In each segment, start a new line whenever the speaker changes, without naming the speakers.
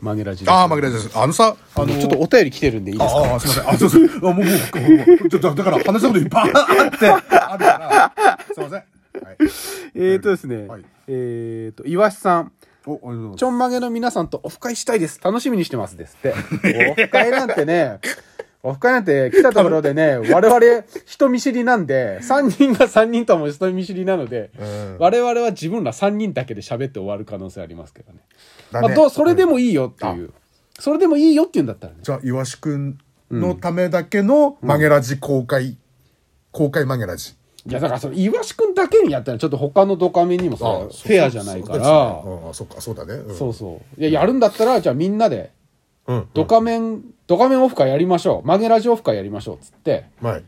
曲げラジ
ああ、負けないです。あのさ、あのー
ちょっとお便り来てるんでいいですか
ああ、すいません。あ、そうそう。あ、もう、もう、もうちょっと、だから、話したこといっぱいあって、あるから、すいません。はい。
えーとですね、
はい
えーと、岩橋さん。
お、ありがとうご
ちょんまげの皆さんとオフ会したいです。楽しみにしてますです って。オフ会なんてね、オフ会なんて来たところで ね、我々人見知りなんで、3人が3人とも人見知りなので、我々は自分ら3人だけで喋って終わる可能性ありますけどね。
だね
まあ、どうそれでもいいよっていう。それでもいいよって言うんだったらね。
じゃあ、イワシ君のためだけの、曲げラジ公開、公開曲げラジ。
いや、だからその、イワシ君だけにやったらちょっと他のドカメにもさ、フェアじゃないから。
ああ、そっか、そうだね。うん
そうそう。いや、やるんだったら、じゃあみんなで、
うん。
ドカメン、ドカメンオフ会やりましょう。曲げラジオオフ会やりましょう。つって、
はい。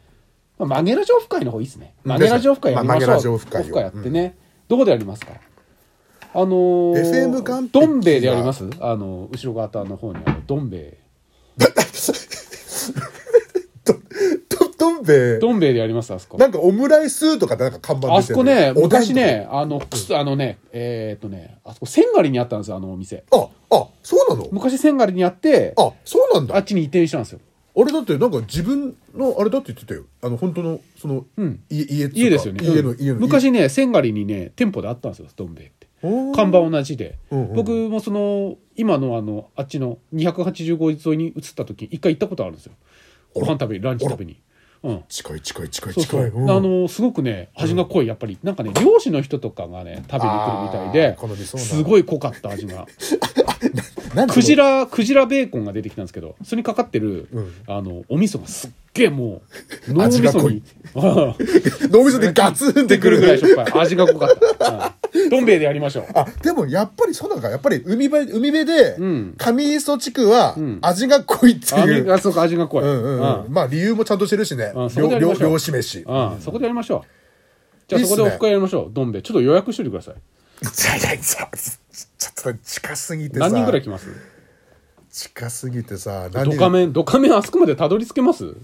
まあ、曲げラジオオフ会の方いいですね。
うん
曲げラジオオフ会やりましょう。
まあ曲げラジオオフ会を
やってね。どこでやりますかあのー、
FM 岸壁
どん兵衛でやりますあの、後ろ方の方にある、どん兵衛。
ど、ど、どんべ
どん兵衛でやりますあそこ。
なんかオムライスとかなんか看板出てる
あそこね、
おでんとか
昔ね、あの、くすあのね、えーっとね、あそこ、千狩りにあったんですよ、あのお店。
あ、あ、そうなの
昔千狩りにあって、
あ、そうなんだ。
あっちに移転したんですよ。
あれだってなんか自分のあれだって言ってたよあの本当のその、家家っつうか
家ですよね。
家の
うん
家の
昔ね、千狩りにね、店舗であったんですよ、どん兵衛って。
おー
看板同じで。
うんうん
僕もその、今のあの、あっちの285日沿いに移った時、一回行ったことあるんですよ。ご飯食べに、ランチ食べに。うん。
近い近い近い
そうそ。
近いううん
あの、すごくね、味が濃い、やっぱり。なんかね、漁師の人とかがね、食べに来るみたい
あー
で
好み、そうなんだ
すごい濃かった味 が。
なんで
クジラ、クジラベーコンが出てきたんですけど、それにかかってる、
うん
あの、お味噌がすっげえもう、脳 み
味が
そ
濃
に
い、
ああ
脳みそでガツンってくる
ぐ らいしょっぱい。味が濃かった。うんどん兵衛でやりましょう。
あでもやっぱりそうなのかやっぱり海辺海辺で
ん
上磯地区は
ん
味が濃いってい
味
う、うん
が、そうか、味が濃い。
うんうんまあ理由もちゃんとしてるしね、
うんそこ
漁
でやりま
漁
しょう
漁師飯、
うんそこでやりましょう。じゃあ
いいっ
そ
すね
こでオフ会やりましょう。どん兵衛。ちょっと予約しといてください。
ちょちょっと近すぎてさ
何人ぐらい来ます
近すぎてさ
ド
何
カ
人
メン、ドカメンあそこまでたどり着けます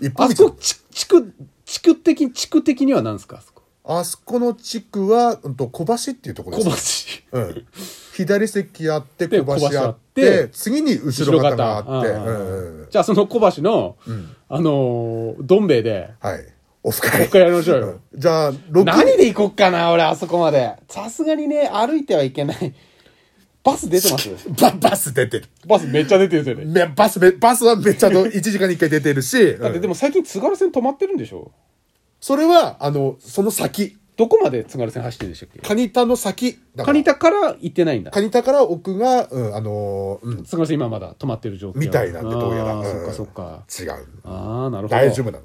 一本
あ
道
そこ、ち地区、地区的、地区的には何ですかあそこ。
あそこの地区は、うんと、小橋っていうところ
小
です。
橋。
うん、左席あって
で
小橋あっ
小橋あって
て次に後ろ方があって、
後ろ方うん
うんうん
じゃあその小橋の、あのー、どん兵衛で、
はいオフ
オ
会
フ会やりましょうよ。
じゃあ6
何で行こっかな、俺、あそこまで。さすがにね、歩いてはいけない。バス出てます
ババス出てる
バスめっちゃ出てるんですよね。
めバスめバスはめっちゃあの1時間に1回出 てるし、
だっ
う
て
ん
でも最近津軽線止まってるんでしょ
それはあのその先
どこまで津軽線走ってるんでしたっけ
蟹田の先だから
蟹田から行ってないんだ。
蟹田から奥が、うん、あのーうん
津軽線今まだ止まってる状況。
みたいなんでどうやら
あー
うん
そっかそっか。
違う
ああ、なるほど。
大丈夫なの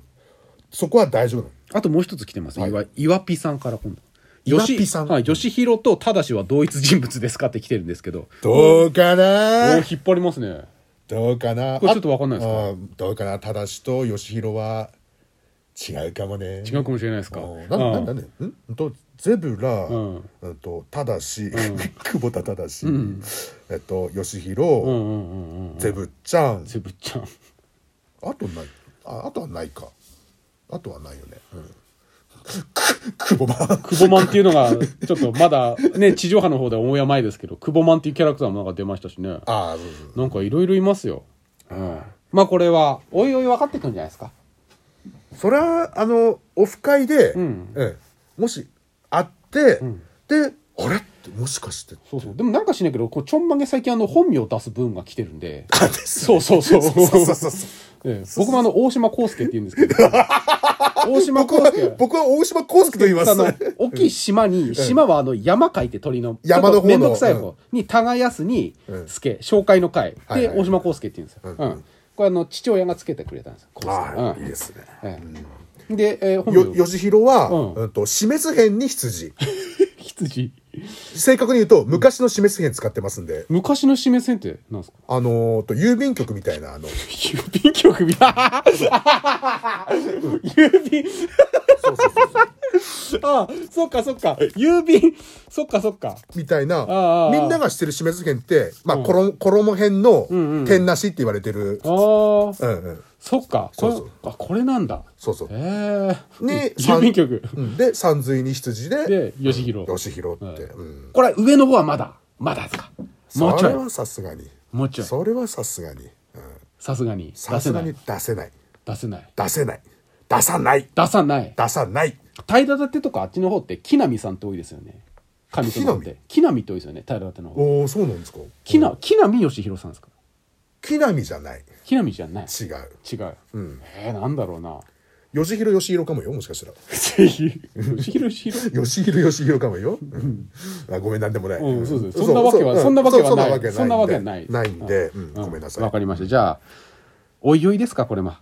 そこは大丈夫なの
あともう一つ来てます。岩岩ピさんから今度。
岩ピさん
吉はい、吉弘とただしは同一人物ですかって来てるんですけど。
どうか
おー
な
引っ張りますね。
どうかな
これちょっとわかんないですか
あうんどうかなただしと吉弘は違うかもね
違うかもしれないですか。
うんな
あ
ん
ー
なんなんでんうんとゼブラ、うんん、とただし、 久保田ただし、えっと吉弘、
うんうんうんうん。
ゼブちゃん
セブちゃん。
あとないああとはないかあとはないよね、うん、く久保田
クボマンっていうのが、ちょっとまだ、ね、地上波の方ではオンエア前ですけど、クボマンっていうキャラクターもなんか出ましたしね。
ああそうそう
なんかいろいろいますよ。うん。まあこれは、おいおい分かってくるんじゃないですか。
それはあのオフ会で、
ん
ええもし会って、であれってもしかして
そうそう。でもなんかしないけど、こう、ちょんまげ最近あの、本名を出す分が来てるんで。
あです
そうそうそう。
そうそうそうそう
ええ僕もあの、大島康介って言うんですけど。 大島
僕
康
は
介、。
僕は大島康介と言いま
あ
す。
の、大きい島に、島はあの、山書いて鳥の、
山の方の
めんどくさいう方に、耕すに
う、ん
助、紹介の会。
はい
で、
はい
大島康介って言うんですよ。
う
うんん。これあの、父親がつけてくれたんですよ。康介
ああ、
う
いい
ん
ですね。
ええで、えー、本
よ、
名
よじひろは、
うん
うんと、死滅編に羊。
羊。
正確に言うと、昔の死滅編使ってますんで、
昔の指名線って何ですか
あのーと、郵便局みたいな、あの、
郵便局みたい。郵便。
そうそうそうそう
ああ、そっかそっか。郵便。そっかそっか。
みたい
あ
な
あ、
みんなが知ってる死滅編って、まあ、衣、衣編の天なしって言われてる。
ああ。
うんうん。
そっか。これ
そう
あ、これなんだ。
そうそう
え。え
に
郵便局。
うんで、三髄に羊で、
で、吉弘。
よしひろって。うん。
これ上の方はまだ。まだですか。もう
そ
ちょ
れ
い。
はさすがに。
もうちょい
それはさすがに、うん、
さすがに
さ
出せ
すが
な
に
い
出せない
出せない
出せない出さない
出さない
出さない
平立てとかあっちの方って木浪さんって多いですよね神様って木浪って多いですよね平立ての方
おおそうなんですか
木な木浪義弘さんですか
木並じゃない
木浪じゃない
違う
違う、えー、なんだろうな
吉弘義弘かもよもしかしたら
義 弘義弘
吉弘義弘かもよ、あごめんなんでもない、
うんそうそうそんなわけはそんなわけはない
そ
そ
ん
んな
なわ
わ
け
け
は
は
な
ないい
ないんで、うんごめんなさい
わかりましたじゃあおいおいですかこれま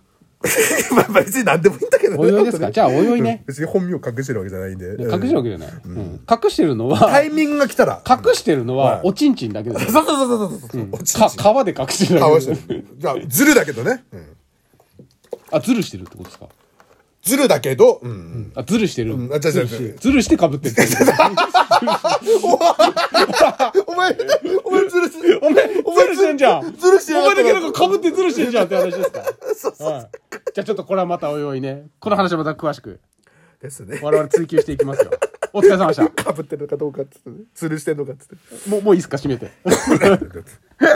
まあまあ別に 何でもいいんだけどね
おいおいですかじゃあおいおいね
うん別に本名隠してるわけじゃないんで。
隠してるわけじゃない、うん隠してるの
タ
は
イミングが来たら。
隠してるのは
はい
おちんちんだけです
そうそうそうそうそう。落ち
か
ち
皮で隠してるだ
か
け
わ
で
し
す
てる。じゃあ、ずるだけどね。うん
あずるしてるってことですか
ずるだけど、うん。
あずるしてる、
うんあ違う違う違う
ずるしてかぶってる
お前、お前ずるしてる。
お前ずるしてんじゃん
ずるしてな
お
かった
前だけなんかかぶってずるしてんじゃんって話 ですかはい、じゃあちょっとこれはまたおいおいねこの話はまた詳しく
ですね。
我々追求していきますよお疲れ様でした
かぶってるのかどうかっつってね。ずるしてんのかっつって。
もうもういいですか閉めて
ずるしてるのかっつって